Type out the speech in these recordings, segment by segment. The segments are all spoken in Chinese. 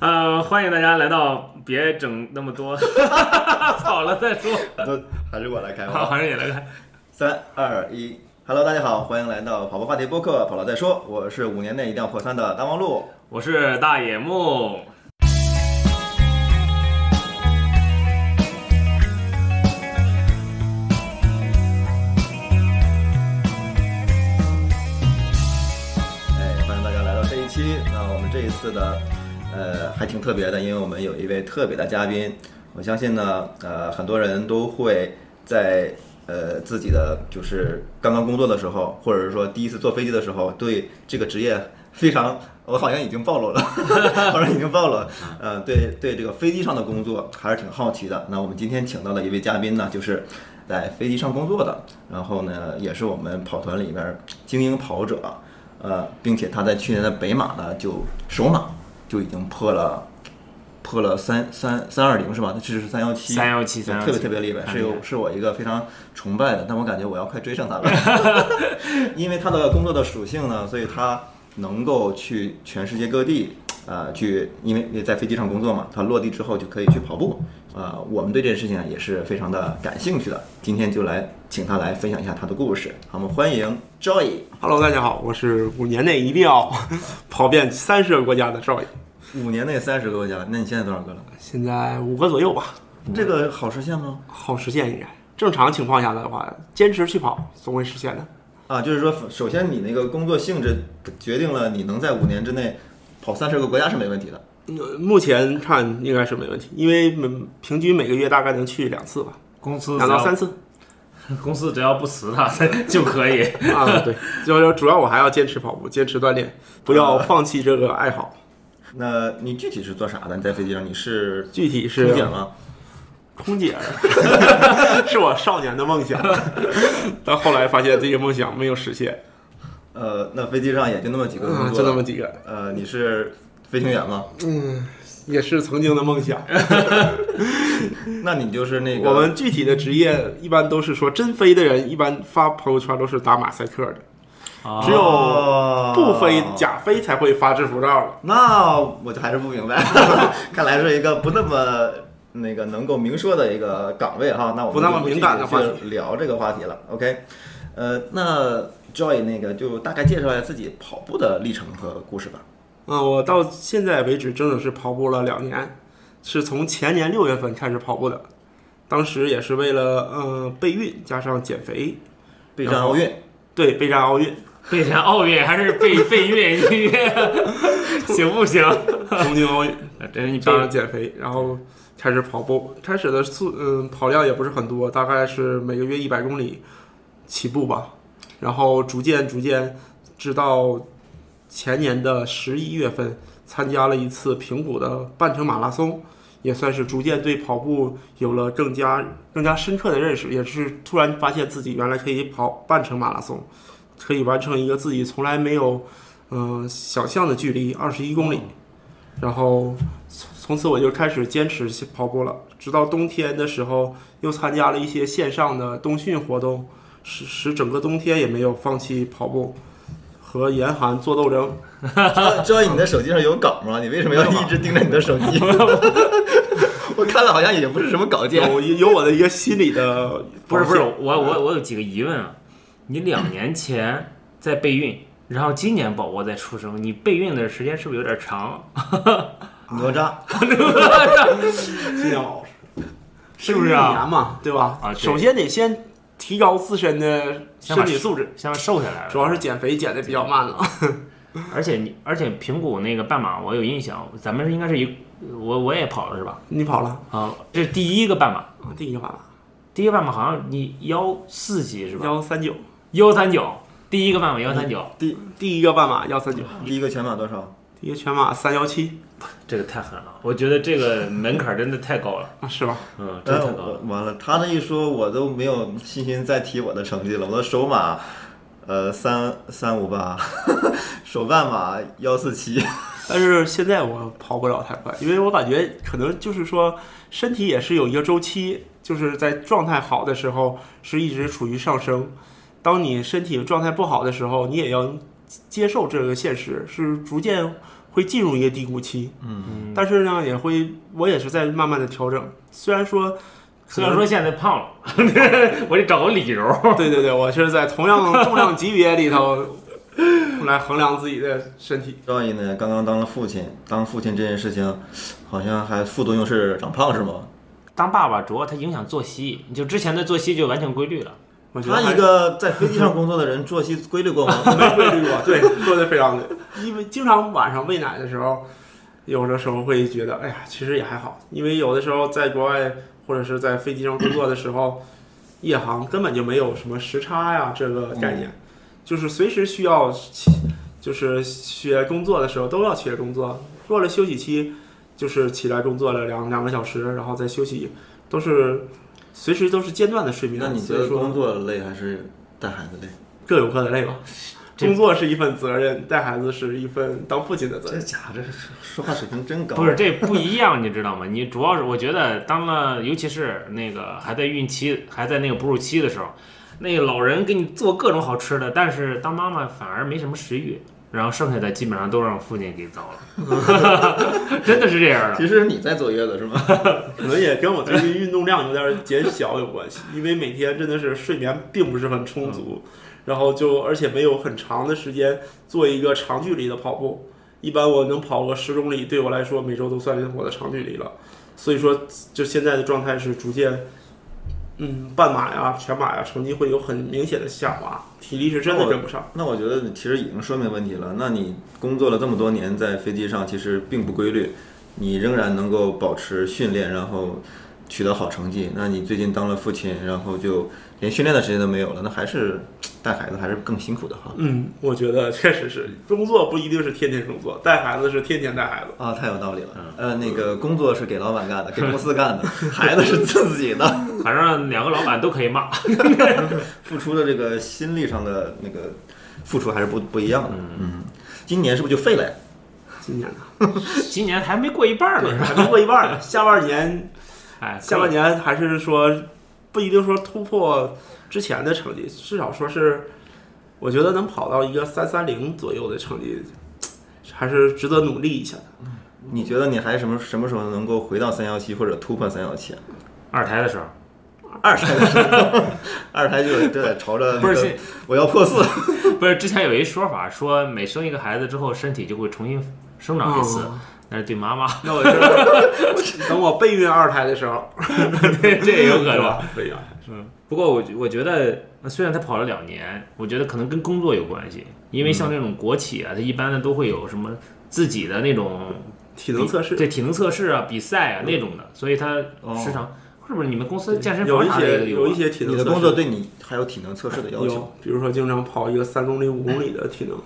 呃，欢迎大家来到，别整那么多， 跑了再说。都还是我来开好，吧。反正也来看。三二一，Hello，大家好，欢迎来到跑步话题播客，跑了再说。我是五年内一定要破三的大王路。我是大野木，哎，欢迎大家来到这一期。那我们这一次的，呃，还挺特别的，因为我们有一位特别的嘉宾。我相信呢，呃，很多人都会在呃自己的就是刚刚工作的时候，或者是说第一次坐飞机的时候，对这个职业非常，我好像已经暴露了， 好像已经暴露了。呃，对对，这个飞机上的工作还是挺好奇的。那我们今天请到的一位嘉宾呢，就是。在飞机上工作的，然后呢，也是我们跑团里边精英跑者，呃，并且他在去年的北马呢，就首马就已经破了，破了三三三二零是吧？这是三幺七， 317对317特别特别厉害，很是厉害有是我一个非常崇拜的，但我感觉我要快追上他了， 因为他的工作的属性呢，所以他能够去全世界各地。呃，去，因为因为在飞机上工作嘛，他落地之后就可以去跑步。呃，我们对这件事情啊也是非常的感兴趣的，今天就来请他来分享一下他的故事。好，我们欢迎 Joy。 Hello，大家好，我是五年内一定要 跑遍三十个国家的少爷，五年内三十个国家，那你现在多少个了？现在五个左右吧，这个好实现吗？好实现应该。正常情况下的话，坚持去跑，总会实现的。啊，就是说，首先你那个工作性质决定了你能在五年之内跑三十个国家是没问题的。呃目前看应该是没问题，因为每平均每个月大概能去两次吧，公司只两到三要次公司只要不辞他 就可以。啊。 对，就是主要我还要坚持跑步，坚持锻炼，不要放弃这个爱好。那你具体是做啥的？你在飞机上你是具体是啊空姐吗？空姐儿， 是我少年的梦 想，但后来发现这个梦想没有实现，呃，那飞机上也就那么几个啊工，作，就那么几个。呃，你是飞行员吗？也是曾经的梦想。那你就是那个我们具体的职业一般都是说真飞的人，一般发朋友圈都是打马赛克的，啊只有哦不飞假飞才会发制服照的。那我就还是不明白， 看来是一个不那么那个能够明说的一个岗位哈。那我们不那么就具体敏感的话题去聊这个话题了。OK，呃，那 Joy 那个就大概介绍一下自己跑步的历程和故事吧。嗯，我到现在为止整整是跑步了两年，是从前年六月份开始跑步的，当时也是为了呃备孕加上减肥，备战奥 运，对备战奥运，备战奥运还是备备运音乐， 行不行？东京奥运。呃这是你加上备减肥，然后开始跑步。开始的速嗯跑量也不是很多，大概是每个月一百公里起步吧，然后逐渐逐渐，直到前年的十一月份参加了一次平谷的半程马拉松，也算是逐渐对跑步有了更加更加深刻的认识，也是突然发现自己原来可以跑半程马拉松，可以完成一个自己从来没有嗯、呃想象的距离，二十一公里。然后从从此我就开始坚持跑步了，直到冬天的时候又参加了一些线上的冬训活动，使使整个冬天也没有放弃跑步，和严寒做 斗争。 Joy，你的手机上有稿吗？你为什么要啊一直盯着你的手机？ 我看了好像也不是什么稿件。有有我的一个心理的不是不是，保我我我有几个疑问啊。你两年前在备孕，然后今年宝宝在出生，你备孕的时间是不是有点长？哪吒，险心理保是不是啊一年嘛，对吧？啊对首先得先提高自身的先把哎身体素质，现在瘦下来了，主要是减肥减的比较慢了。而且你，而且平谷那个半马，我有印象，咱们是应该是一，我我也跑了是吧？你跑了啊，这是第一个半马，啊，第一个完了，第一个半马好像你幺四级是吧？幺三九，幺嗯三九，第一个半马幺三九，第一个半马幺三九，第一个全马多少？第一个全马三幺七这个太狠了，我觉得这个门槛真的太高了，啊，是吧？嗯，真哎的太高了。完了，他这一说，我都没有信心再提我的成绩了。我的首马，呃，三三五八， 手半马幺四七。但是现在我跑不了太快，因为我感觉可能就是说，身体也是有一个周期，就是在状态好的时候是一直处于上升，当你身体状态不好的时候，你也要接受这个现实，是逐渐会进入一个低谷期，嗯，但是呢，也会我也是在慢慢的调整。虽然说，虽然说现在胖了， 我得找个理由。对对对，我是在同样重量级别里头 来衡量自己的身体。赵毅呢，刚刚当了父亲，当父亲这件事情，好像还副作用是长胖是吗？当爸爸主要它影响作息，就之前的作息就完全规律了。我觉得他还一个在飞机上工作的人，作息规律过吗？ 没规律过，对，做的非常的，因为经常晚上喂奶的时候，有的时候会觉得，哎呀，其实也还好，因为有的时候在国外或者是在飞机上工作的时候，夜航根本就没有什么时差呀这个概念，嗯就是随时需要起，就是学工作的时候都要起来工作，过了休息期就是起来工作了两两个小时，然后再休息，都是随时都是间断的睡眠。那你觉所得以说工作累还是带孩子累？各有各的累吧。这工作是一份责任，带孩子是一份当父亲的责这任。假这说话水平真高。不是，这不一样，你知道吗？你主要是我觉得当了，尤其是那个还在孕期、还在那个哺乳期的时候，那个老人给你做各种好吃的，但是当妈妈反而没什么食欲，然后剩下的基本上都让父亲给糟 了， 真的是这样的。其实你在坐月子是吗？可能也跟我最近运动量有点减小有关系，因为每天真的是睡眠并不是很充足，然后就而且没有很长的时间做一个长距离的跑步。一般我能跑个十公里，对我来说每周都算是我的长距离了。所以说，就现在的状态是逐渐，嗯，半马呀、全马呀，成绩会有很明显的下滑，体力是真的跟不上。那我觉得你其实已经说明问题了。那你工作了这么多年，在飞机上其实并不规律，你仍然能够保持训练，然后取得好成绩。那你最近当了父亲，然后就连训练的时间都没有了，那还是带孩子还是更辛苦的哈。嗯，我觉得确实是，工作不一定是天天工作，带孩子是天天带孩子。啊，太有道理了。呃，那个工作是给老板干的，给公司干 的，孩子是自己 的，反正两个老板都可以骂。付出的这个心力上的那个付出还是不不一样的。嗯，今年是不是就废了呀？今年呢，今年还没过一半对，呢，还没过一半儿呢。下半年，哎， 下半年还是说不一定说突破之前的成绩，至少说是，我觉得能跑到一个三三零左右的成绩，还是值得努力一下的。你觉得你还什么什么时候能够回到三幺七或者突破三幺七？啊二胎的时候，二胎的时候，二胎 就对朝着那个不是现我要破四，不是，之前有一说法说，每生一个孩子之后，身体就会重新生长一次，嗯那是对妈妈， 那我 是嗯等我备孕二胎的时候，对，这也有可对能。吧？备孕二胎不过我我觉得，呃虽然他跑了两年，我觉得可能跟工作有关系，因为嗯像这种国企啊，它一般的都会有什么自己的那种体能测试对体能测试啊、比赛啊那种的，所以它哦时常、是不是你们公司健身有房一啥的些也有一啊些体你能的测工作试。对你还有体能测试的要求。有，比如说经常跑一个三公里、五公里的体能，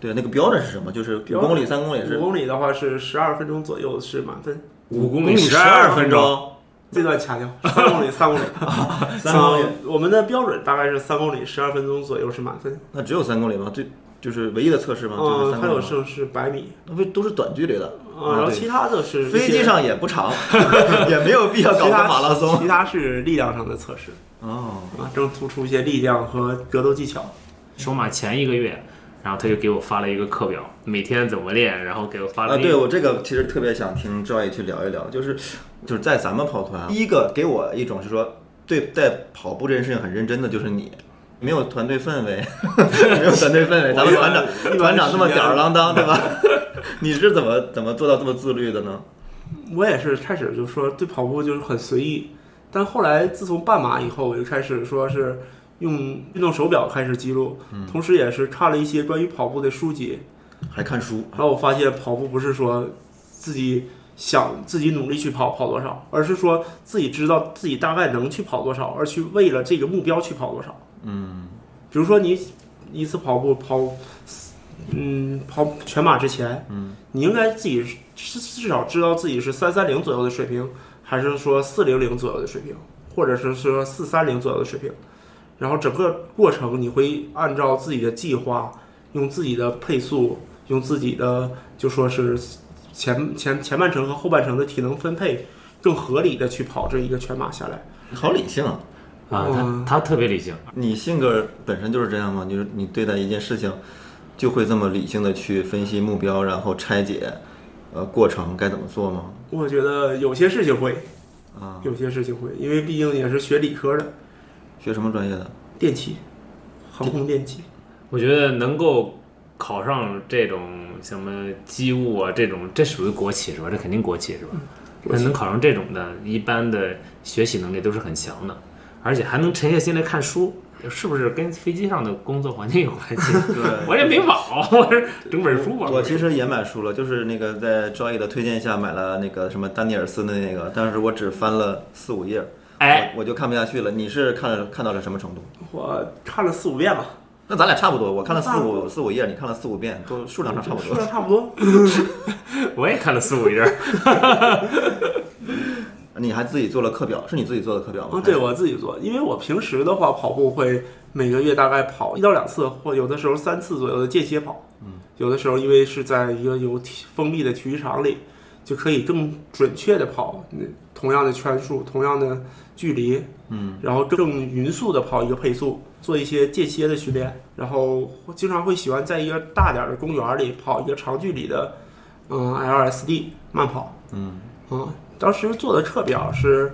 对，那个标准是什么？就是五标准公里、三公里是五公里的话是十二分钟左右是满分，五公里里12 12分分钟，这段掐掉。三公里，三公里， 嗯三公里，我们的标准大概是三公里十二分钟左右是满分。那只有三公里吗？最就是唯一的测试吗？嗯就是嗯，三还公有里吗。是百米，那不都是短距离的啊嗯，然后对其他的是一些飞机上也不长，也没有必要搞其个他马拉松。其他是力量上的测试哦，啊，正突出一些力量和格斗技巧。首马前一个月，然后他就给我发了一个课表，每天怎么练，然后给我发了啊，一对个。我这个其实特别想听 Joy 去聊一聊，就是就是在咱们跑团，第啊一个给我一种是说对在跑步这件事情很认真的就是你。没有团队氛围， 没有团队氛围，咱们团长一般团长这么时间吊儿郎当，对吧？ 你是怎么怎么做到这么自律的呢？我也是开始就说对跑步就是很随意，但后来自从半马以后，我就开始说是用运动手表开始记录，嗯同时也是看了一些关于跑步的书籍，还看书，然后我发现跑步不是说自己想自己努力去跑跑多少，而是说自己知道自己大概能去跑多少，而去为了这个目标去跑多少。嗯，比如说你一次跑步跑，嗯，跑全马之前，嗯，你应该自己至至少知道自己是三三零左右的水平，还是说四零零左右的水平，或者是说四三零左右的水平。然后整个过程你会按照自己的计划，用自己的配速，用自己的就说是前前前半程和后半程的体能分配，更合理的去跑这一个全马下来。好理性啊！哦啊，他他特别理性，你性格本身就是这样吗？就是你对待一件事情，就会这么理性的去分析目标，然后拆解，呃，过程该怎么做吗？我觉得有些事情会，啊，有些事情会，因为毕竟也是学理科的，学什么专业的？电气，航空电气。我觉得能够考上这种什么机务啊，这种这属于国企是吧？这肯定国企嗯是吧？国那企能考上这种的，一般的学习能力都是很强的，而且还能沉下心来看书，是不是跟飞机上的工作环境有关系？对我也没网，我是整本书吧。我其实也买书了，就是那个在赵毅的推荐下买了那个什么丹尼尔斯的那个，但是我只翻了四五页，哎，我，我就看不下去了。你是看了看到了什么程度？我看了四五遍吧，那咱俩差不多，我看了差四不五四五页，你看了四五遍，都数量上差不数多。量差不多。我也看了四五页儿。你还自己做了课表，是你自己做的课表吗？嗯，对还是我自己做，因为我平时的话跑步会每个月大概跑一到两次，或有的时候三次左右的间歇跑。嗯，有的时候因为是在一个有体封闭的体育场里，就可以更准确的跑那同样的圈数、同样的距离，嗯，然后更匀速的跑一个配速，做一些间歇的训练，然后经常会喜欢在一个大点儿的公园里跑一个长距离的，嗯，LSD 慢跑，嗯，当时做的课表是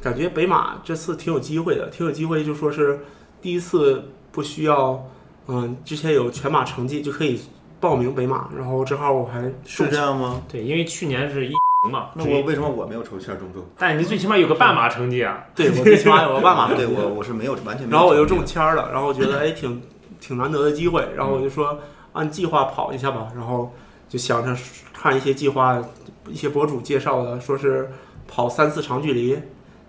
感觉北马这次挺有机会的，挺有机会，就说是第一次不需要，嗯，之前有全马成绩就可以报名北马，然后正好我还是这样吗？对，因为去年是一嘛，那我为什么我没有抽签中中？但你最起码有个半马成绩啊。对哎我最起码有个半马对我我是没有完全没有。然后我就中签儿了，然后我觉得哎挺挺难得的机会，然后我就说按计划跑一下吧，然后就想着看一些计划，一些博主介绍的，说是跑三次长距离，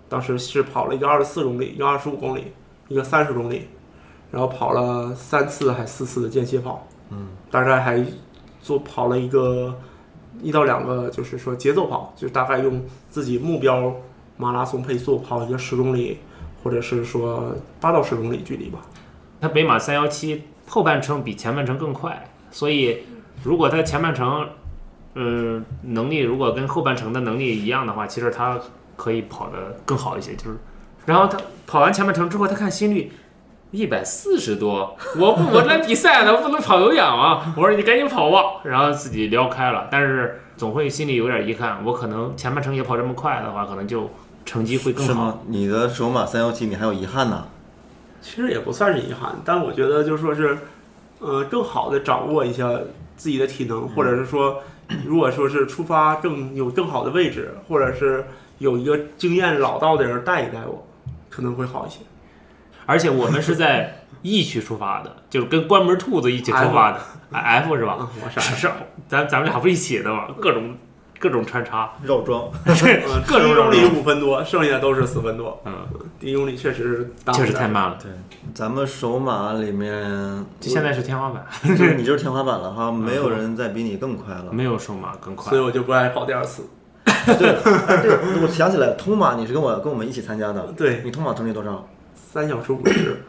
当时是跑了一个二十四公里，一个二十五公里，一个三十公里，然后跑了三次还四次的间歇跑，嗯，大概还做跑了一个一到两个，就是说节奏跑，就大概用自己目标马拉松配速跑一个十公里。或者是说八到十公里距离吧。它北马三幺七后半程比前半程更快，所以如果它前半程，呃，能力如果跟后半程的能力一样的话，其实它可以跑得更好一些。就是，然后它跑完前半程之后，它看心率。一百四十多，我不我来比赛呢，我不能跑有氧啊！我说你赶紧跑吧，然后自己聊开了，但是总会心里有点遗憾。我可能前半程也跑这么快的话，可能就成绩会更是好。吗？你的首马三幺七，你还有遗憾呢？其实也不算是遗憾，但我觉得就说是，呃，更好的掌握一下自己的体能，或者是说，如果说是出发更有更好的位置，或者是有一个经验老道的人带一带我，可能会好一些。而且我们是在 E 区出发的， 就是跟关门兔子一起出发的哎，F 是吧？啊，我傻，是是，咱咱们俩不一起的吗？各种各种穿插，绕桩，嗯各种第一公绕里五分多，剩下都是四分多。嗯，第一公里确实是打不确实开太慢了，对，咱们首马里面，就现在是天花板， 就是你就是天花板了哈，没有人再比你更快嗯了。没有数码更快所以。我就不爱跑第二次。 我想起来了，通马你是跟我跟我们一起参加的，对，你通马成绩多少？三小时五十，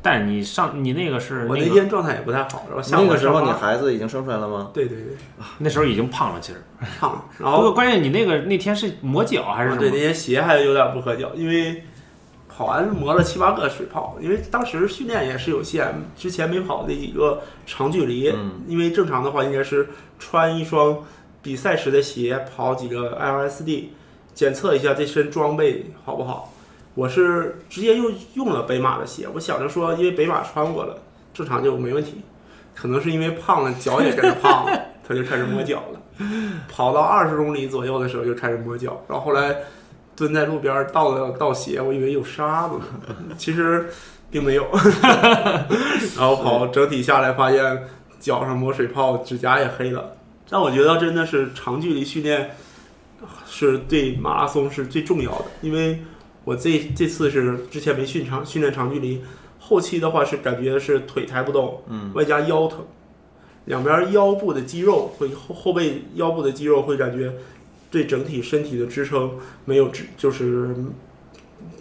但你上你那个是我那那个天状态也不太好，然后下午那个时候上你班孩子已经生出来了吗？对对对，那时候已经胖了，其实。胖了，然不后过关键你那个那天是磨脚还是啊什哦对那么？些鞋还有点不合脚，因为跑完磨了七八个水泡，因为当时训练也是有限，之前没跑那几个长距离，嗯因为正常的话应该是穿一双比赛时的鞋跑几个 LSD，检测一下这身装备好不好。我是直接用用了北马的鞋，我想着说，因为北马穿过了，正常就没问题。可能是因为胖了，脚也跟着胖了， 他就开始磨脚了。跑到二十公里左右的时候就开始磨脚，然后后来蹲在路边儿倒了倒鞋，我以为有沙子呢，其实并没有。然后跑整体下来发现脚上磨水泡，指甲也黑了。但我觉得真的是长距离训练是对马拉松是最重要的，因为我这这次是之前没训长训练长距离，后期的话是感觉是腿抬不动，嗯，外加腰疼，两边腰部的肌肉会后后背腰部的肌肉会感觉对整体身体的支撑没有支，就是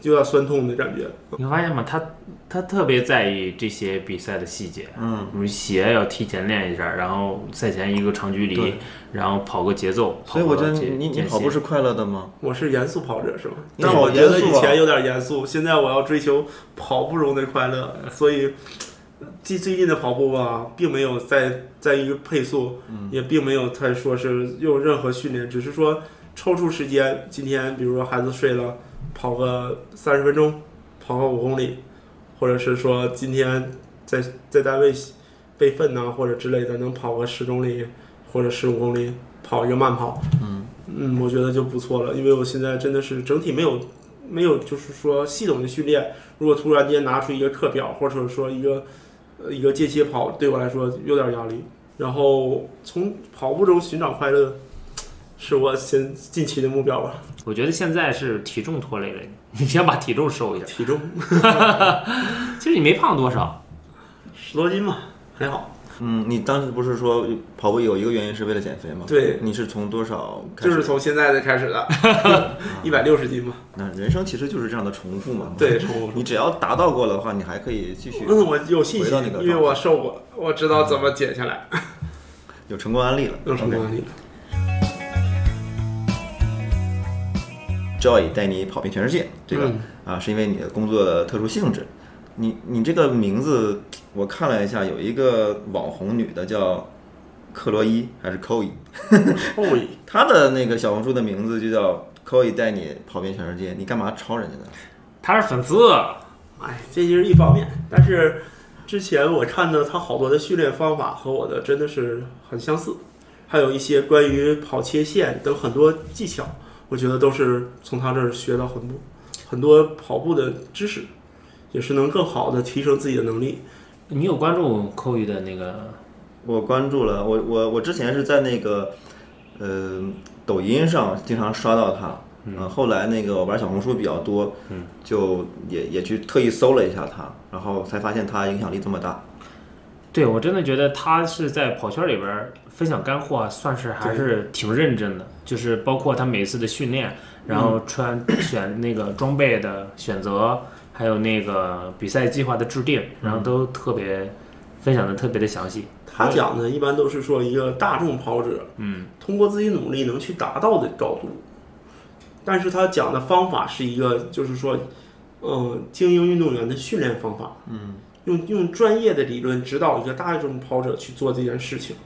有点酸痛的感觉。你发现吗？他他特别在意这些比赛的细节，嗯，比如鞋要提前练一下，然后赛前一个长距离对，然后跑个节奏。所以我觉得跑个你你间歇跑步是快乐的吗？我是严肃跑者是吧？你但好我觉严得肃以啊前有点严肃，现在我要追求跑步中的快乐，所以最最近的跑步吧，并没有在在一个配速，嗯也并没有太说是用任何训练，只是说抽出时间，今天比如说孩子睡了，跑个三十分钟，跑个五公里，或者是说今天在在单位备份呐、或者之类的，能跑个十公里或者十五公里，跑一个慢跑，嗯嗯，我觉得就不错了，因为我现在真的是整体没有没有就是说系统的训练，如果突然间拿出一个课表或者说一个呃一个间歇跑，对我来说有点压力。然后从跑步中寻找快乐，是我先近期的目标吧。我觉得现在是体重拖累了你， 你先把体重收一下。体重其实你没胖多少，十多斤嘛，还好。嗯，你当时不是说跑步有一个原因是为了减肥吗？对你是从多少开就始？是从现在的开始的， 一百六十斤嘛。那人生其实就是这样的重复嘛。对，从 我你只要达到过了的话，你还可以继续嗯，我有信回心到那个，因为状态我瘦过，我知道怎么减下来，嗯有成功案例了。有成功案例了。 Joy 带你跑遍全世界，这个、嗯啊是因为你的工作的特殊性质。你你这个名字我看了一下，有一个网红女的叫克洛伊还是 Chloe，后裔。她的那个小红书的名字就叫 Chloe 带你跑遍全世界，你干嘛抄人家呢？他是粉丝，哎，这就是一方面，但是之前我看到他好多的训练方法和我的真的是很相似，还有一些关于跑切线等很多技巧，我觉得都是从他这儿学到很多很多跑步的知识，也是能更好的提升自己的能力。你有关注寇宇的那个？我关注了，我我我之前是在那个呃抖音上经常刷到她，嗯、后来那个我玩小红书比较多，嗯，就也也去特意搜了一下她，然后才发现她影响力这么大。对我真的觉得他是在跑圈里边儿分享干货啊，算是还是挺认真的，就是包括他每次的训练，然后穿、选那个装备的选择，还有那个比赛计划的制定，然后都特别分享的特别的详细。他讲的一般都是说一个大众跑者，嗯，通过自己努力能去达到的高度，但是他讲的方法是一个，就是说，呃，精英运动员的训练方法，嗯，用用专业的理论指导一个大众跑者去做这件事情，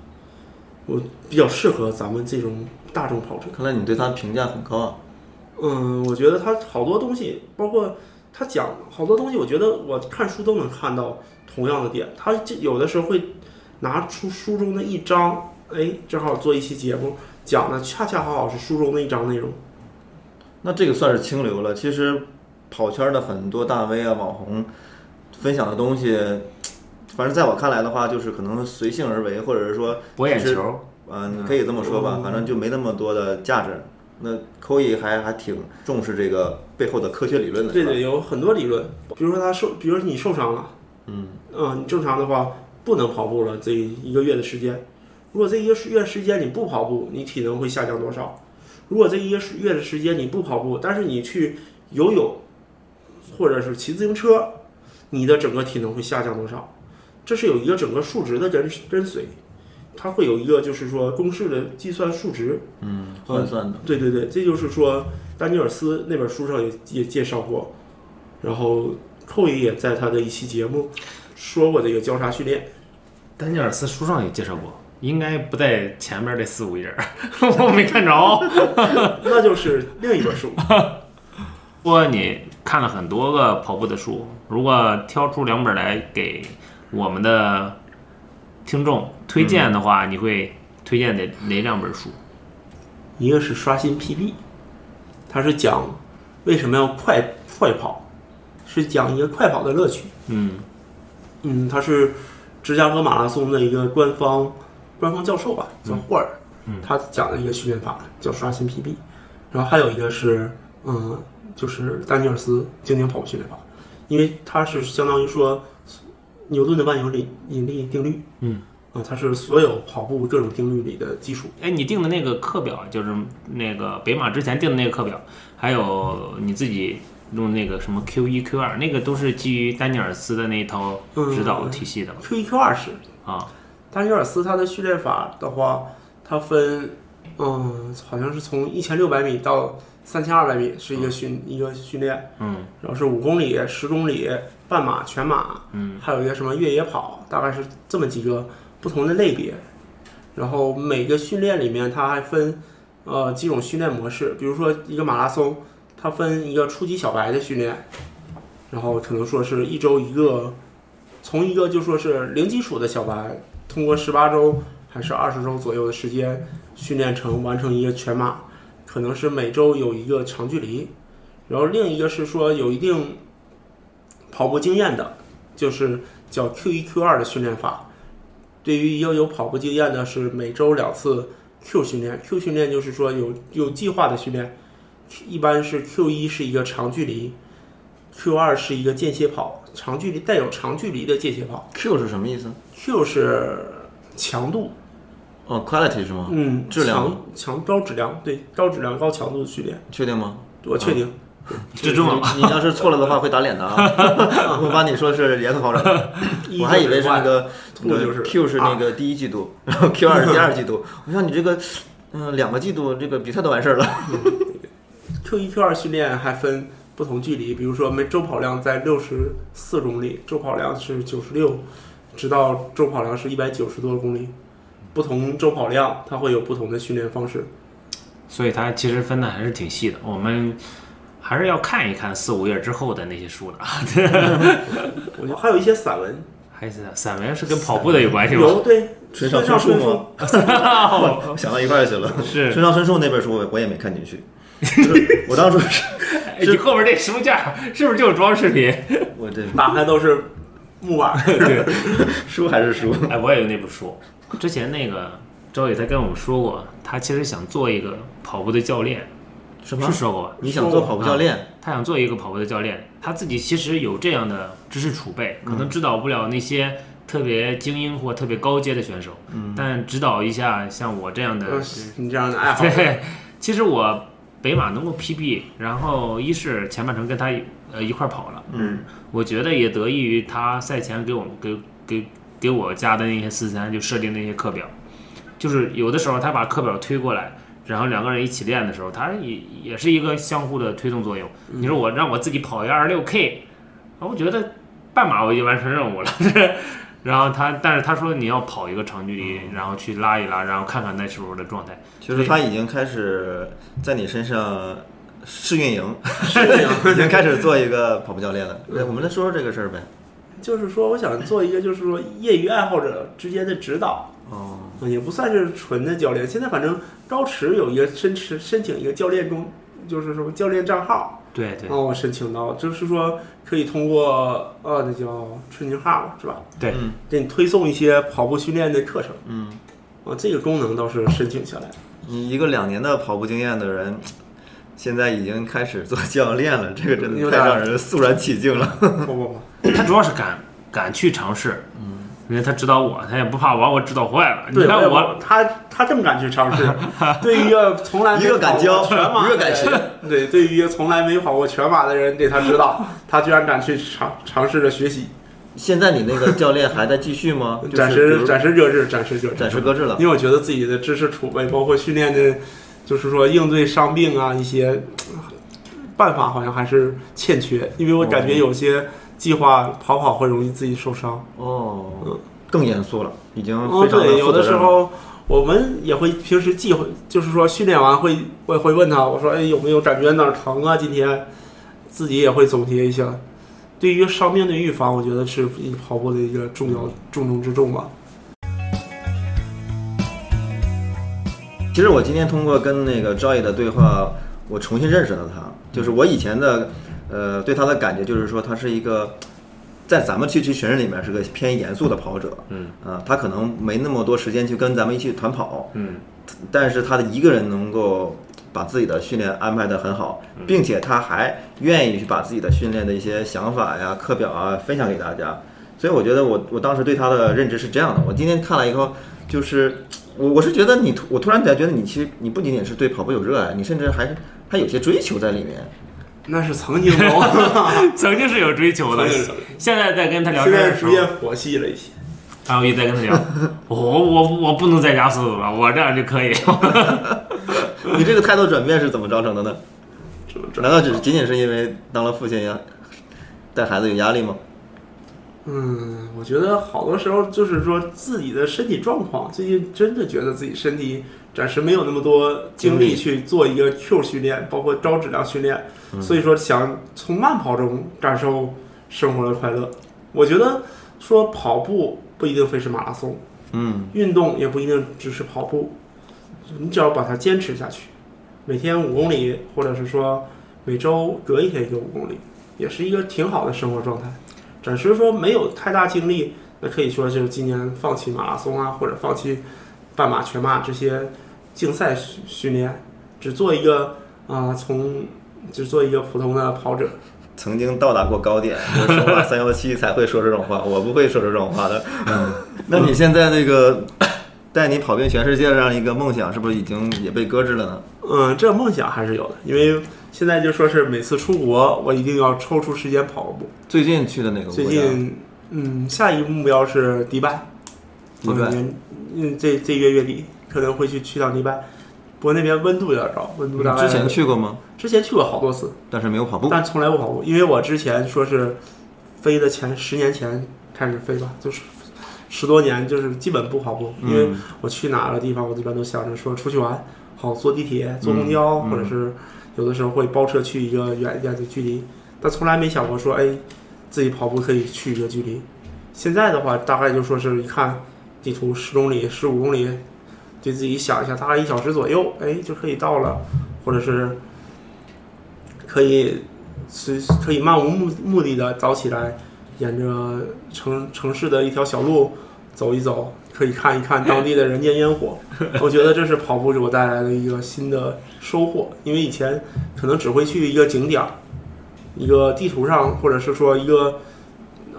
我比较适合咱们这种大众跑者。看来你对她评价很高啊。嗯，我觉得他好多东西，包括他讲好多东西，我觉得我看书都能看到同样的点。他这有的时候会拿出书中的一章，哎，正好做一期节目，讲的恰恰好好是书中的一章内容。那这个算是清流了。其实跑圈的很多大 V 啊、网红分享的东西，反正在我看来的话，就是可能随性而为，或者是说博眼其实球，嗯，你可以这么说吧，反正就没那么多的价值。那扣一还还挺重视这个背后的科学理论的，对是吧对，有很多理论，比如说他受，比如说你受伤了，嗯，嗯、你正常的话不能跑步了，这一个月的时间，如果这一个月时间你不跑步，你体能会下降多少？如果这一个月的时间你不跑步，但是你去游泳或者是骑自行车，你的整个体能会下降多少？这是有一个整个数值的跟跟随，它会有一个就是说公式的计算数值，嗯，换算的。对对对，这就是说丹尼尔斯那本书上也也介绍过，然后寇爷也在他的一期节目说过这个交叉训练。丹尼尔斯书上有介绍过，应该不在前面这四五页儿， 我没看着。那就是另一本书。如果你看了很多个跑步的书，如果挑出两本来给我们的听众推荐的话，你会推荐哪哪两本书？一个是刷新 PB，它是讲为什么要快快跑，是讲一个快跑的乐趣。嗯，嗯，他是芝加哥马拉松的一个官方官方教授吧，叫霍尔，他讲的一个训练法叫刷新 PB，然后还有一个是嗯，就是丹尼尔斯经典跑步训练法，因为它是相当于说牛顿的万有引引力定律，嗯，啊，它是所有跑步各种定律里的基础。哎，你定的那个课表，就是那个北马之前定的那个课表，还有你自己用那个什么 Q 一、Q 二，那个都是基于丹尼尔斯的那一套指导体系的吧？ Q 一 Q 二是啊，丹尼尔斯他的训练法的话，它分嗯，好像是从一千六百米到三千二百米是一个训、一个训练，嗯然后是五公里、十公里、半马、全马，嗯，还有一个什么越野跑，大概是这么几个不同的类别。然后每个训练里面，它还分呃几种训练模式，比如说一个马拉松，它分一个初级小白的训练，然后可能说是一周一个，从一个就说是零基础的小白，通过十八周还是二十周左右的时间训练成完成一个全马，可能是每周有一个长距离，然后另一个是说有一定跑步经验的，就是叫 Q 一 Q 二的训练法。对于一个有跑步经验的，是每周两次 Q 训练。Q 训练就是说有有计划的训练，一般是 Q 一是一个长距离，Q 二是一个间歇跑，长距离带有长距离的间歇跑。 Q 是什么意思？ Q 是强度，哦，quality 是吗？嗯，质量强强高质量，对高质量高强度的训练，确定吗？我确定。这重要。你你要是错了的话，会打脸的啊！ 我把你说是连锁跑者，一嗯我还以为就是那个兔就是 Q 是啊那个第一季度，然后 Q 二是第二季度。我想你这个，嗯，两个季度这个比赛都完事儿了。 Q 一 Q 二训练还分不同距离，比如说每周跑量在六十四公里，周跑量是九十六，直到周跑量是一百九十多公里。不同周跑量，它会有不同的训练方式。所以它其实分的还是挺细的，我们还是要看一看四五月之后的那些书的 啊。我觉得还有一些散文，还是散文是跟跑步的有哎关系吗？有对村上上春春树树吗？ 想到一块儿去了。是村上春树那本书我我也没看进去，就是我当初是，哎 你后面这书架是不是就是装饰品？ 我这打开都是木板儿。对，书还是书。哎，我也有那本书。之前那个周宇他跟我们说过，他其实想做一个跑步的教练， 什啊是说过吧？你想做跑步教练？他想做一个跑步的教练，他自己其实有这样的知识储备，可能指导不了那些特别精英或特别高阶的选手，但指导一下像我这样的嗯，你这样的爱 好，对，其实我北马能够 PB，然后一是前半程跟他一呃一块儿跑了，嗯，我觉得也得益于他赛前给我们给给给我加的那些四三就设定那些课表，就是有的时候他把课表推过来。然后两个人一起练的时候，他也也是一个相互的推动作用。你说我让我自己跑一二十六 K，我觉得半马我就完成任务了。 然后他，但是他说你要跑一个长距离，然后去拉一拉，然后看看那时候的状态。其实他已经开始在你身上试运营，是这样。 已经开始做一个跑步教练了。哎我们来说说这个事儿呗。就是说，我想做一个，就是说业余爱好者之间的指导。哦，嗯，也不算是纯的教练。现在反正高驰有一个申请申请一个教练工，就是什么教练账号，对对然后我申请到，就是说可以通过呃那叫春情号是吧？对嗯给你推送一些跑步训练的课程嗯，啊，这个功能倒是申请下来了。你一个两年的跑步经验的人，现在已经开始做教练了， 这个真有的太点儿让人肃然起敬了。不不不，他主要是敢敢去尝试，嗯，因为他指导我，他也不怕把我指导坏了。你对，看也我，他他这么敢去尝试， 对于一个从来没一个敢跑过教全马一个敢的学人对，对于一个从来没跑过全马的人给他指导，他居然敢去尝尝试着学习，现在你那个教练还在继续 吗？就是暂比时如暂时搁置，暂时搁置，暂时搁置了。因为我觉得自己的知识储备，包括训练的，就是说应对伤病啊一些呃办法，好像还是欠缺。因为我感觉有些计划跑跑会容易自己受伤。哦，更严肃了，已经哦，嗯非常对，有负责的时任了。候我们也会平时忌讳，就是说训练完会我也会问他，我说哎有没有感觉哪儿疼啊？今天自己也会总结一下。对于伤病的预防，我觉得是跑步的一个重要重中之重吧。其实我今天通过跟那个 Joy 的对话，我重新认识了他。就是我以前的，呃，对他的感觉就是说，他是一个在咱们区区群人里面是个偏严肃的跑者。嗯啊，他可能没那么多时间去跟咱们一起团跑，嗯，但是他的一个人能够把自己的训练安排得很好，并且他还愿意去把自己的训练的一些想法呀、课表啊分享给大家。所以我觉得我我当时对他的认知是这样的。我今天看了以后，就是我我是觉得你突，我突然感觉得你其实你不仅仅是对跑步有热爱，你甚至还是还有些追求在里面。那是曾经的，曾经是有追求的曾经是，现在在跟他聊现天在的时逐候，渐佛系了一些。然后一再跟他讲，我我我不能再加速度了， 我这样就可以。你这个态度转变是怎么造成的呢？难道只是仅仅是因为当了父亲呀，带孩子有压力吗？嗯，我觉得好多时候就是说自己的身体状况，最近真的觉得自己身体暂时没有那么多精精力力去做一个 Q 训练，包括高质量训练，所以说想从慢跑中感受生活的快乐。我觉得说跑步不一定非是马拉松，嗯，运动也不一定只是跑步，你只要把它坚持下去，每天五公里，或者是说每周隔一天一个五公里，也是一个挺好的生活状态。暂时说没有太大精力，那可以说就是今年放弃马拉松啊，或者放弃半马、全马这些竞赛训训练，只做一个啊、从只做一个普通的跑者。曾经到达过高点， 就说话三幺七才会说这种话，我不会说这种话的。那你现在那个 带你跑遍全世界这样一个梦想，是不是已经也被搁置了呢？嗯，这个梦想还是有的，因为现在就说是每次出国，我一定要抽出时间跑个步。最近去的哪个国家？最近，嗯，下一个目标是迪拜，迪拜嗯，嗯，这这个月底可能会去去趟迪拜，不过那边温度有点高，温度大你嗯概之前去过吗？之前去过好多次，但是没有跑步。但从来不跑步，因为我之前说是飞的前十年前开始飞吧，就是十多年就是基本不跑步，因为嗯我去哪个地方，我一般都想着说出去玩，好坐地铁、坐公交，嗯嗯或者是有的时候会包车去一个远一点的距离，但从来没想过说，哎，自己跑步可以去一个距离。现在的话，大概就说是一看地图，十公里、十五公里，对自己想一下，大概一小时左右，哎，就可以到了，或者是可以随可以漫无目目的的早起来，沿着城城市的一条小路走一走，可以看一看当地的人间烟火。我觉得这是跑步给我带来的一个新的收获，因为以前可能只会去一个景点儿，一个地图上，或者是说一个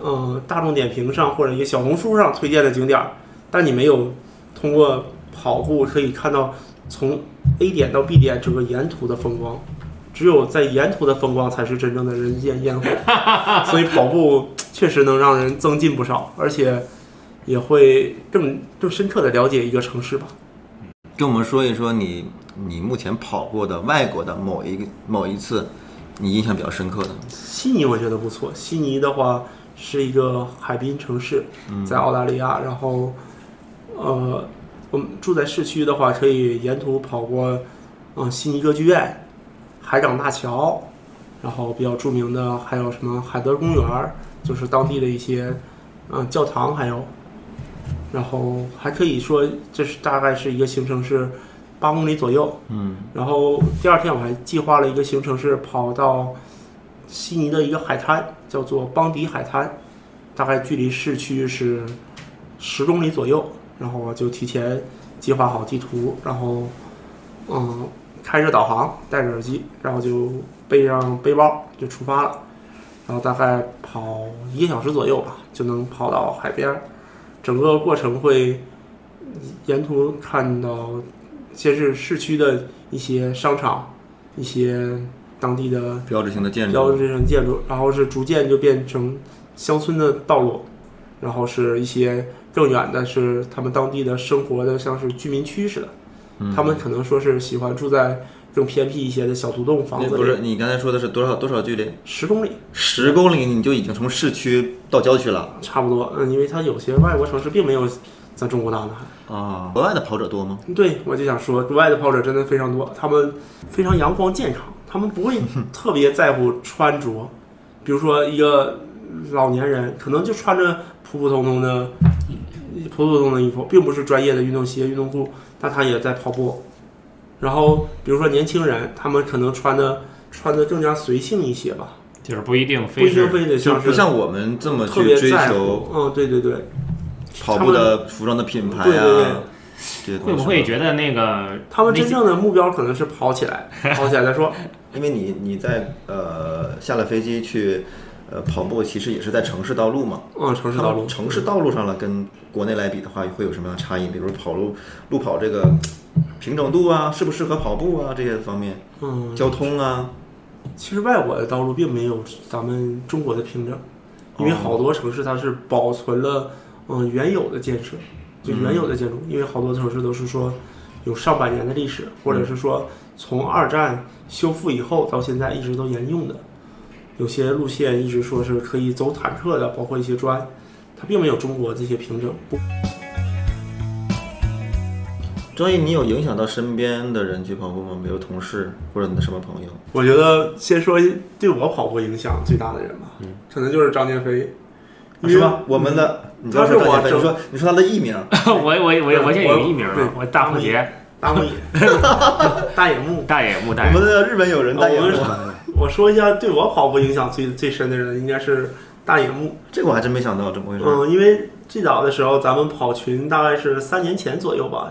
呃大众点评上或者一个小红书上推荐的景点儿，但你没有通过跑步可以看到从 A 点到 B 点整个沿途的风光。只有在沿途的风光才是真正的人间烟火，所以跑步确实能让人增进不少，而且也会更更深刻的了解一个城市吧。跟我们说一说你你目前跑过的外国的某一个某一次，你印象比较深刻的。悉尼我觉得不错，悉尼的话是一个海滨城市，在澳大利亚，然后呃，我们住在市区的话，可以沿途跑过嗯、悉尼歌剧院、海港大桥，然后比较著名的还有什么海德公园儿，就是当地的一些嗯、呃教堂，还有，然后还可以说这是大概是一个行程是八公里左右，嗯，然后第二天我还计划了一个行程是跑到悉尼的一个海滩，叫做邦迪海滩，大概距离市区是十公里左右。然后我就提前计划好地图，然后嗯，开着导航，戴着耳机，然后就背上背包就出发了。然后大概跑一个小时左右吧，就能跑到海边儿。整个过程会沿途看到先是市区的一些商场，一些当地的标志性的建标筑。志性建筑，然后是逐渐就变成乡村的道路，然后是一些更远的是他们当地的生活的像是居民区似的，嗯他们可能说是喜欢住在更偏僻一些的小独栋房那子不里，是你刚才说的是多少多少距离？十公里十公里你就已经从市区到郊区了差不多，嗯，因为它有些外国城市并没有咱中国大呢。啊！国外的跑者多吗？对，我就想说，国外的跑者真的非常多，他们非常阳光健康，他们不会特别在乎穿着。比如说一个老年人，可能就穿着普普通通的、普普通通的衣服，并不是专业的运动鞋、运动裤，但他也在跑步。然后，比如说年轻人，他们可能穿的穿的更加随性一些吧，就是不一定不非一定是非得就像不是像我们这么特去别追在求乎。嗯，对对对，跑步的服装的品牌对对对啊，这些东西会不会觉得那个 他们真那正的目标可能是跑 起来，跑起来再说。因为你你在呃下了飞机去呃跑步，其实也是在城市道路嘛。嗯，城市它道路，城市道路上了，跟国内来比的话，会有什么样的差异？比如跑路路跑这个平整度啊，适不适合跑步啊这些方面，嗯，交通啊，其实外国的道路哦并没有咱们中国的平整，因为好多城市它是保存了，嗯、嗯、原有的建设，就嗯原有的建筑，因为好多城市都是说有上百年的历史，或者是说从二战修复以后到现在一直都沿用的。有些路线一直说是可以走坦克的，包括一些砖，它并没有中国这些平整。不张毅，你有影响到身边的人去跑步吗？比如同事或者你的什么朋友？我觉得先说对我跑步影响最大的人吧，可能就是张建飞，因嗯啊是为吧？我嗯们的，你他是说张建我飞整你说你说他的艺名，我我我我现在有我艺名对了，我大蝴蝶，大木野， 大野木。大眼木大我眼们的日本友人啊大野我木们，我说一下对我跑步影响最最深的人，应该是大野木。这个我还真没想到，怎么回事？嗯，因为最早的时候，咱们跑群大概是三年前左右吧。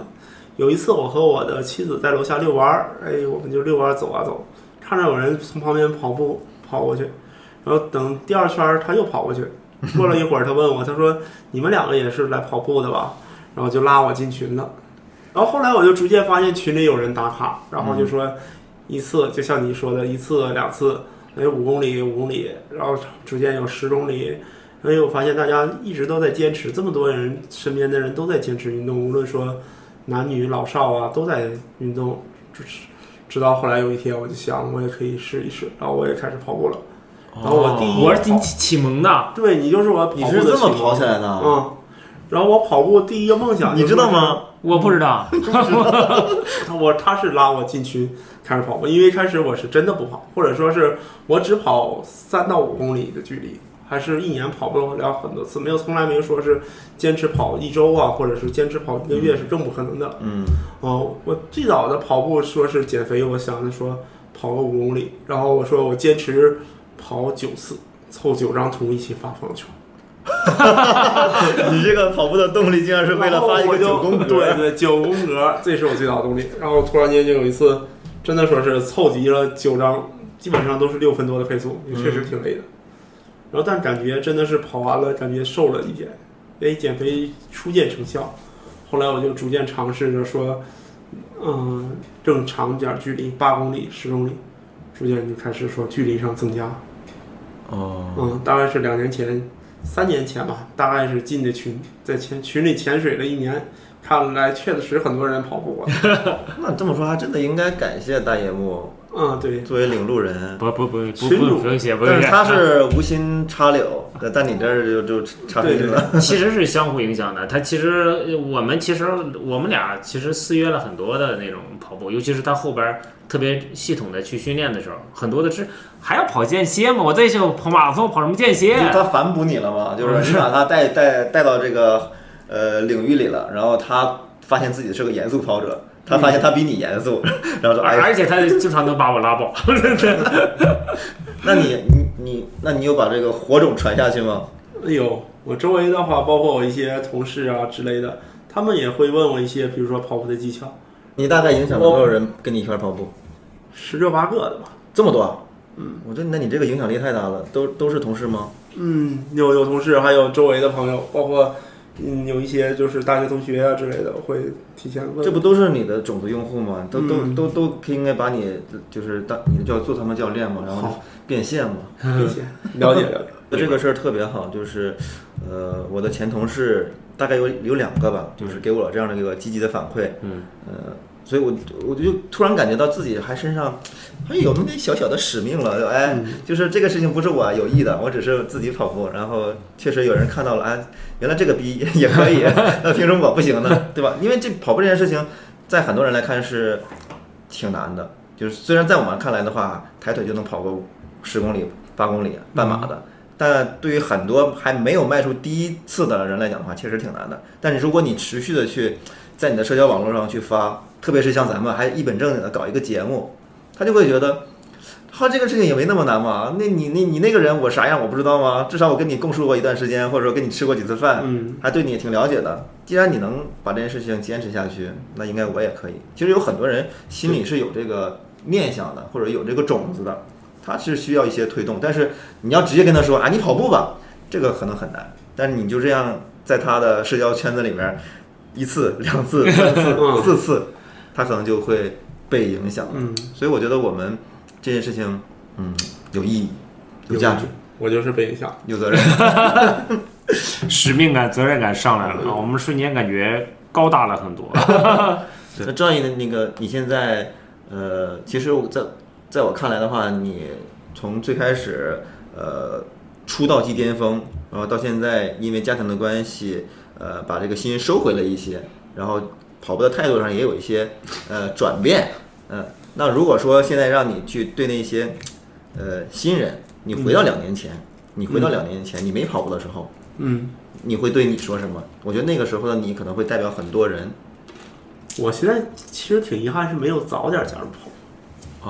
有一次，我和我的妻子在楼下遛弯儿，哎，我们就遛弯儿走啊走，看着有人从旁边跑步跑过去，然后等第二圈儿他又跑过去。过了一会儿，他问我，他说：“你们两个也是来跑步的吧？”然后就拉我进群了。然后后来我就逐渐发现群里有人打卡，然嗯后就说一次，就像你说的，一次两次，哎，五公里五公里，然后逐渐有十公里，所以我发现大家一直都在坚持，这么多人身边的人都在坚持运动，无论说男女老少啊，都在运动。就是直到后来有一天，我就想我也可以试一试，然后我也开始跑步了。然后我第一，我是启启蒙的，对你就是我跑步哦你的是这么启蒙跑起来的？啊嗯。然后我跑步第一个梦想，你知道？吗？我不知道，嗯他 我他是拉我进群开始跑步，因为一开始我是真的不跑，或者说是我只跑三到五公里的距离，还是一年跑不了很多次，没有从来没有说是坚持跑一周啊，或者是坚持跑一个月是更不可能的。嗯， 哦，我最早的跑步说是减肥，我想着说跑个五公里，然后我说我坚持跑九次，凑九张图一起发朋友圈。你这个跑步的动力竟然是为了发一个九宫格，对对，九宫格，这是我最早的动力。然后突然间就有一次，真的说是凑齐了九张，基本上都是六分多的配速，也嗯确实挺累的。然后但感觉真的是跑完了，感觉瘦了一点，哎，减肥初见成效。后来我就逐渐尝试着说，嗯，更长点儿距离，八公里、十公里，逐渐就开始说距离上增加。哦，嗯，大概是两年前、三年前吧，大概是进的群，在潜群里潜水了一年，看来确实很多人跑步啊。 那这么说还真的应该感谢大野木嗯，对，作为领路人，不不不不群不主不用谢，不用但谢是。他是无心插柳，但但你这儿就就插进去了。其实是相互影响的。他其实我们其实我们俩其实私约了很多的那种跑步，尤其是他后边儿特别系统的去训练的时候，很多的是还要跑间歇嘛。我在想跑马拉松跑什么间歇？啊就是他反哺你了嘛，就是你把他带带带到这个呃领域里了，然后他发现自己是个严肃跑者，他发现他比你严 肃，然后说哎而呀，而且他经常能把我拉爆，那你你你那你有把这个火种传下去吗？哎呦，我周围的话，包括我一些同事啊之类的，他们也会问我一些，比如说跑步的技巧，你大概影响了多少人跟你一块跑步？十六八个的吧。这么多？嗯，我觉得那你这个影响力太大了，都都是同事吗？嗯，有有同事，还有周围的朋友，包括嗯有一些就是大学同学啊之类的，我会提前问。这不都是你的种子用户吗？都都嗯都都应该把你就是当你叫做他们教练嘛，然后好变现嘛。谢谢，了解了解。这个事儿特别好，就是，呃，我的前同事大概有有两个吧，就是给我了这样的一个积极的反馈，嗯，呃，所以我我就突然感觉到自己还身上还有那么点小小的使命了，就哎，就是这个事情不是我有意的，我只是自己跑步，然后确实有人看到了，哎，原来这个逼也可以，那凭什么我不行呢？对吧？因为这跑步这件事情，在很多人来看是挺难的，就是虽然在我们看来的话，抬腿就能跑个十公里、八公里、半马的。但对于很多还没有迈出第一次的人来讲的话，确实挺难的。但是如果你持续的去在你的社交网络上去发，特别是像咱们还一本正经的搞一个节目，他就会觉得，他这个事情也没那么难嘛。那你那你那个人我啥样我不知道吗？至少我跟你共事过一段时间，或者说跟你吃过几次饭，嗯还对你也挺了解的。既然你能把这件事情坚持下去，那应该我也可以。其实有很多人心里是有这个念想的，或者有这个种子的，他是需要一些推动。但是你要直接跟他说啊，你跑步吧，这个可能很难。但是你就这样在他的社交圈子里面，一次、两次、三次、 嗯四次，他可能就会被影响了。嗯，所以我觉得我们这件事情，嗯，有意义、有价值、 我就是被影响。有责任。 使命感、责任感上来了，我们瞬间感觉高大了很多。那赵毅的那个，你现在呃，其实我在在我看来的话，你从最开始呃出道即巅峰，然后到现在因为家庭的关系，呃，把这个心收回了一些，然后跑步的态度上也有一些呃转变，嗯、那如果说现在让你去对那些呃新人，你回到两年前，你回到两年前你没跑步的时候，嗯，你会对你说什么？我觉得那个时候的你可能会代表很多人我现在其实挺遗憾是没有早点加入跑步，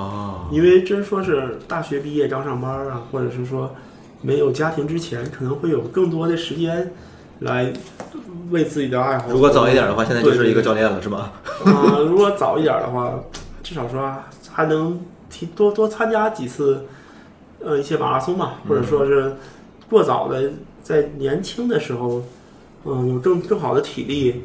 啊哦因为真说是大学毕业刚上班啊，或者是说没有家庭之前，可能会有更多的时间来为自己 的爱好。如果早一点的话，现在就对是一个对教练了，是吧？啊、如果早一点的话，至少说还能提多多参加几次，呃，一些马拉松吧，或者说是过早的在年轻的时候，嗯、有更更好的体力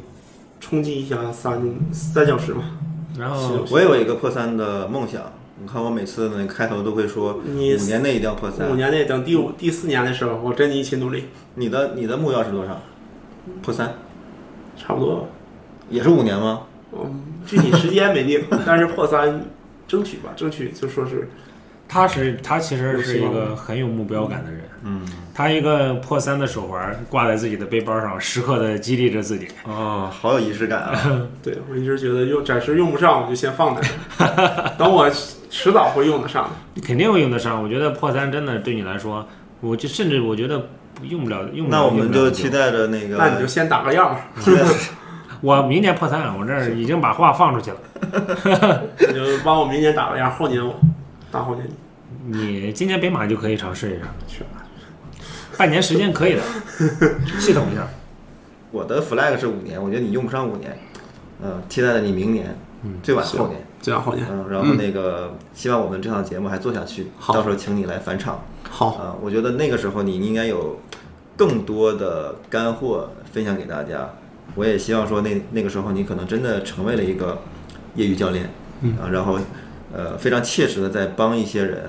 冲击一下三三小时嘛。 然是后我有一个破三的梦想，你看我每次呢开头都会说，你五年内一定要破三五。年内等第五第四年的时候，我跟你一起努力，你的你的目标是多少？破三差不多吧。也是五年吗？嗯，具体时间没 定，但是破三争取吧，争取就说是他是他其实是一有希个很有目标感的人，嗯，他一个破三的手环挂在自己的背包上，时刻的激励着自己。哦，好有仪式感啊！对我一直觉得用暂时用不上，我就先放那儿，等我迟早会用得上的。你肯定会用得上。我觉得破三真的对你来说，我就甚至我觉得用不了， 用不了。那我们用不了就很久期待着那那你就个，先打个样吧，期待我明年破三，我这儿已经把话放出去了。你就帮我明年打个样，后年我大后年你你今年北马就可以尝试一下，去吧。半年时间可以 的，系统一下。我的 flag 是五年，我觉得你用不上五年，嗯，期待着你明年，嗯最晚后年，这样后年嗯，然后那个希望我们这档节目还做下去，好到时候请你来返场。好，啊、我觉得那个时候你应该有更多的干货分享给大家。我也希望说那那个时候你可能真的成为了一个业余教练，嗯、啊，然后呃非常切实的在帮一些人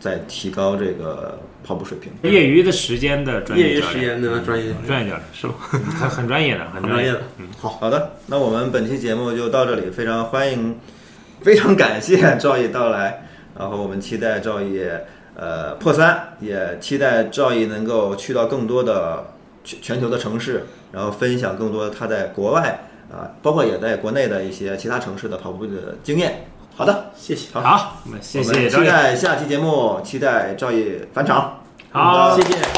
在提高这个跑步水平。业余的时间的专业业余教时练，间的专业教练专业教练是吧？嗯很很专业的，很很专业业。的，好，好的，那我们本期节目就到这里，非常欢迎，非常感谢赵毅到来，然后我们期待赵毅呃破三，也期待赵毅能够去到更多的全全球的城市，然后分享更多他在国外啊、包括也在国内的一些其他城市的跑步的经验。好的，谢谢，好，好，我们谢我谢们赵期毅，待下期节目，期待赵毅返场。好好的谢谢。